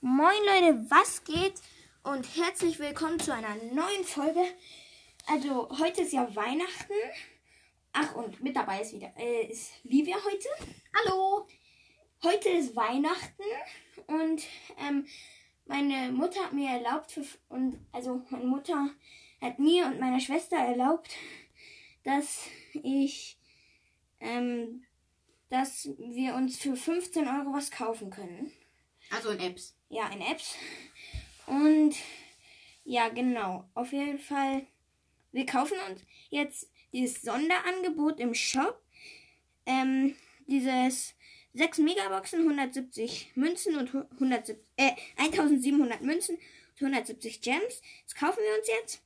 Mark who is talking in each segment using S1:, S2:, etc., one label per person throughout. S1: Moin Leute, was geht? Und herzlich willkommen zu einer neuen Folge. Also, heute ist ja Weihnachten. Ach, und mit dabei ist wieder äh, ist Livia heute. Hallo! Heute ist Weihnachten und ähm, meine Mutter hat mir erlaubt, für, und also meine Mutter hat mir und meiner Schwester erlaubt, dass ich, ähm, dass wir uns für 15 Euro was kaufen können.
S2: Also in Apps.
S1: Ja, in Apps. Und ja, genau. Auf jeden Fall. Wir kaufen uns jetzt dieses Sonderangebot im Shop. Ähm, dieses 6 Megaboxen, 170 Münzen und hu- 170, äh, 1700 Münzen und 170 Gems. Das kaufen wir uns jetzt.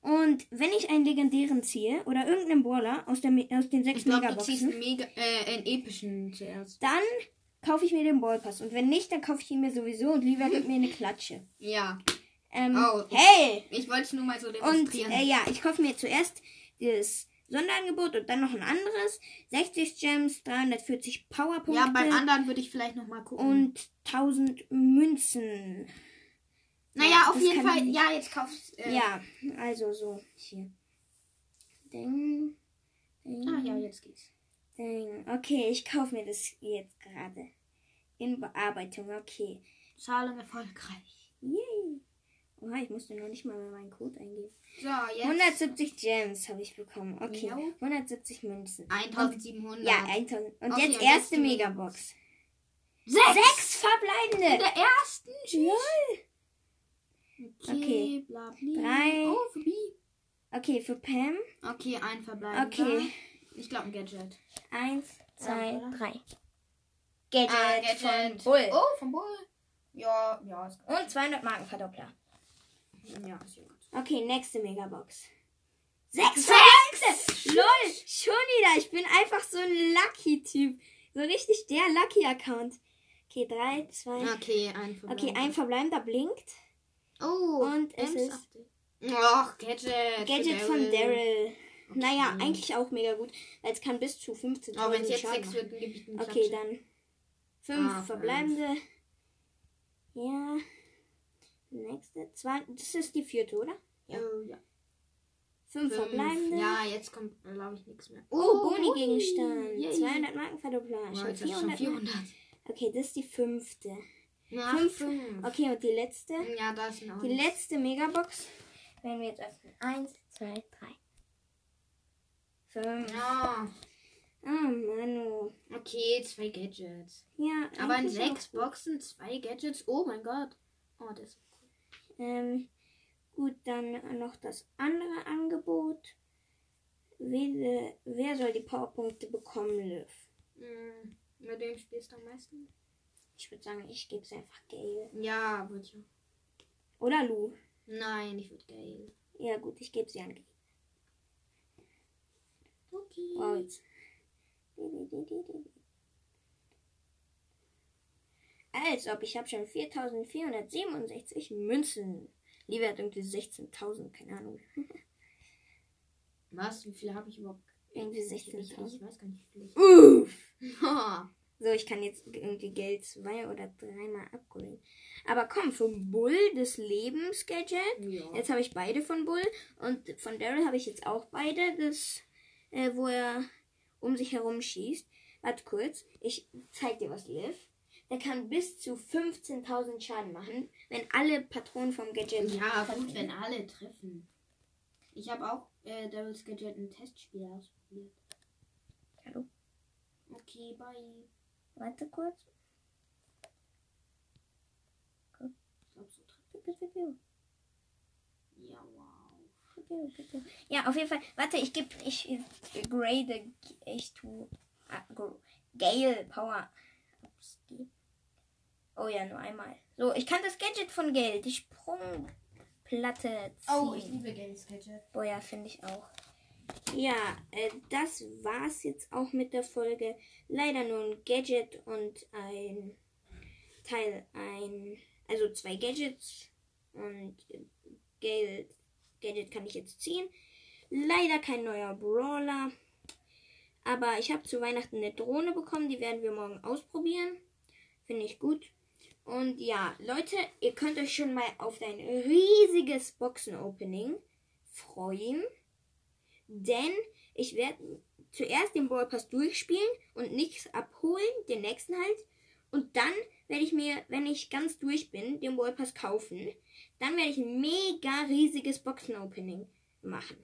S1: Und wenn ich einen legendären ziehe oder irgendeinen Brawler aus, der, Me- aus den 6
S2: Ich glaube, du ziehst
S1: Megaboxen,
S2: einen, mega, äh, einen epischen zuerst.
S1: dann kaufe ich mir den Ballpass. Und wenn nicht, dann kaufe ich ihn mir sowieso und lieber gibt mir eine Klatsche.
S2: Ja.
S1: Ähm,
S2: Oh.
S1: Hey!
S2: Ich wollte es nur mal so
S1: Und
S2: demonstrieren.
S1: äh, ja, ich kaufe mir zuerst dieses Sonderangebot und dann noch ein anderes. 60 Gems, 340 Powerpunkte
S2: ja, beim anderen würde ich vielleicht nochmal gucken.
S1: und 1000 Münzen.
S2: naja, auf
S1: das
S2: jeden
S1: kann
S2: Fall.
S1: ich-
S2: Ja, jetzt kaufst äh,
S1: Ja, also so hier. Ding. Ding.
S2: Ah, ja, jetzt geht's.
S1: Ding. Okay, ich kaufe mir das jetzt gerade. In Bearbeitung, okay.
S2: Zahlung erfolgreich.
S1: Yay. Oha, ich musste noch nicht mal mehr meinen Code eingeben.
S2: So, jetzt.
S1: 170 Gems habe ich bekommen. Okay.
S2: Ja.
S1: 170 Münzen.
S2: 1700.
S1: Ja, 1000. Und
S2: Okay,
S1: jetzt
S2: und jetzt
S1: erste
S2: die
S1: Megabox.
S2: Sechs!
S1: Sechs
S2: In
S1: verbleibende.
S2: der ersten?
S1: Lol. Okay.
S2: Okay. Bla, bla.
S1: Drei.
S2: Oh, wie?
S1: Okay, für Pam.
S2: Okay, ein verbleibender.
S1: Okay.
S2: Ich glaube, ein Gadget.
S1: Eins, zwei,
S2: Ja.
S1: drei. Gadget,
S2: Ah, Gadget.
S1: von Bull.
S2: Oh, vom Bull. Ja, ja. Ist,
S1: Und 200 Markenverdoppler.
S2: ja, ist ja gut.
S1: Okay, nächste Megabox. Sechs
S2: Sechs!
S1: verbleibende. Lol, schon wieder. Ich bin einfach so ein Lucky-Typ. So richtig der Lucky-Account. Okay, drei, zwei.
S2: Okay, ein verbleibender.
S1: Okay, ein verbleibender blinkt.
S2: Oh,
S1: Und es
S2: Ems
S1: ist-
S2: Update. Ach, Gadget.
S1: Gadget von Daryl.
S2: Okay.
S1: Naja, eigentlich auch mega gut, weil es kann bis zu 15
S2: Aber wenn es jetzt
S1: Schaden
S2: 6
S1: machen.
S2: wird, gebe ich den
S1: Okay, dann fünf
S2: Ah, fünf.
S1: verbleibende. Ja. Nächste. Zwei. Das ist die vierte, oder?
S2: Ja. Oh, ja.
S1: Fünf,
S2: Fünf.
S1: verbleibende.
S2: Ja, jetzt kommt, glaube ich, nichts mehr.
S1: Oh, Boni-Gegenstand.
S2: Yay.
S1: 200 Markenverdoppler.
S2: Oh,
S1: Schon
S2: jetzt ist
S1: 400.
S2: schon 400.
S1: Okay, das ist die fünfte.
S2: Na,
S1: Fünf.
S2: 5.
S1: Okay, und die letzte?
S2: Ja, da ist noch.
S1: Die letzte Megabox werden wir jetzt öffnen. Eins, zwei, drei. Fünf.
S2: Ja.
S1: Ah, Manu.
S2: Okay, zwei Gadgets.
S1: Ja,
S2: Aber in
S1: eigentlich auch
S2: sechs Boxen zwei Gadgets. Oh mein Gott. Oh, das ist cool.
S1: Ähm, gut, dann noch das andere Angebot. Wer, wer soll die Powerpunkte bekommen, Löw?
S2: Hm, Mit wem spielst du am meisten?
S1: Ich würde sagen, ich gebe es einfach Gail.
S2: Ja, würde ich auch.
S1: Oder Lou.
S2: Nein, ich würde geil.
S1: Ja gut, ich gebe sie an Gail.
S2: Okay.
S1: Wow, jetzt. Als ob, ich habe schon 4467 Münzen. Lieber hat irgendwie 16.000, keine Ahnung.
S2: Was? Wie viele habe ich überhaupt?
S1: Irgendwie
S2: Ich, ich, ich
S1: 16.000.
S2: weiß gar nicht, wie viele
S1: Uff!
S2: ich. Ha.
S1: So, ich kann jetzt irgendwie Geld zwei oder dreimal upgraden. Aber komm, vom Bull des Lebens Gadget.
S2: ja.
S1: Jetzt habe ich beide von Bull und von Daryl habe ich jetzt auch beide, das, äh, wo er um sich herum schießt. Warte kurz, ich zeig dir was, Liv. Der kann bis zu 15.000 Schaden machen, wenn alle Patronen vom Gadget.
S2: ja,
S1: treffen.
S2: gut, wenn alle treffen. Ich habe auch äh, Devil's Gadget ein Testspiel ausprobiert.
S1: Hallo?
S2: Okay, bye.
S1: Warte kurz.
S2: Ich glaub, so treffen.
S1: Piu, piu, piu, piu.
S2: Ja, wow.
S1: Piu, piu, piu. Ja, auf jeden Fall. Warte, ich gebe, ich äh, grade, ich tu ah, gr- Gale Power. Ups, die- Oh ja, nur einmal. So, ich kann das Gadget von Gale, die Sprungplatte ziehen.
S2: Oh, liebe Devil's Gadget.
S1: Boah, ja, finde ich auch. Ja, äh, das war's jetzt auch mit der Folge. Leider nur ein Gadget und ein Teil, ein, also zwei Gadgets und äh, Geld, Gadget kann ich jetzt ziehen. Leider kein neuer Brawler. Aber ich habe zu Weihnachten eine Drohne bekommen, die werden wir morgen ausprobieren. Finde ich gut. Und ja, Leute, ihr könnt euch schon mal auf ein riesiges Boxen-Opening freuen. Denn ich werde zuerst den Brawl Pass durchspielen und nichts abholen, den nächsten halt. Und dann werde ich mir, wenn ich ganz durch bin, den Brawl Pass kaufen. Dann werde ich ein mega riesiges Boxen-Opening machen.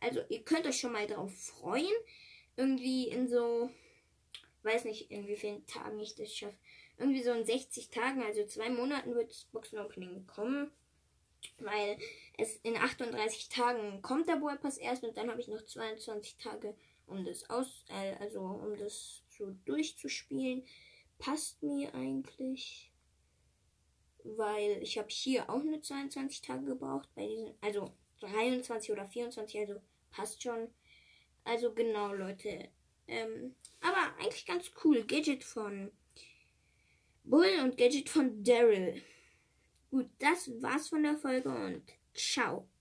S1: Also ihr könnt euch schon mal drauf freuen. Irgendwie in so, weiß nicht, in wie vielen Tagen ich das schaffe. Irgendwie so in 60 Tagen, also zwei Monaten wird das Boxen-Opening kommen. Weil es in 38 Tagen kommt der Brawl Pass erst und dann habe ich noch 22 Tage, um das aus, äh, also um das so durchzuspielen. Passt mir eigentlich, weil ich habe hier auch nur 22 Tage gebraucht bei diesen, also 23 oder 24, also passt schon. Also genau, Leute. Ähm, aber eigentlich ganz cool. Gadget von Bull und Gadget von Daryl. Gut, das war's von der Folge und ciao.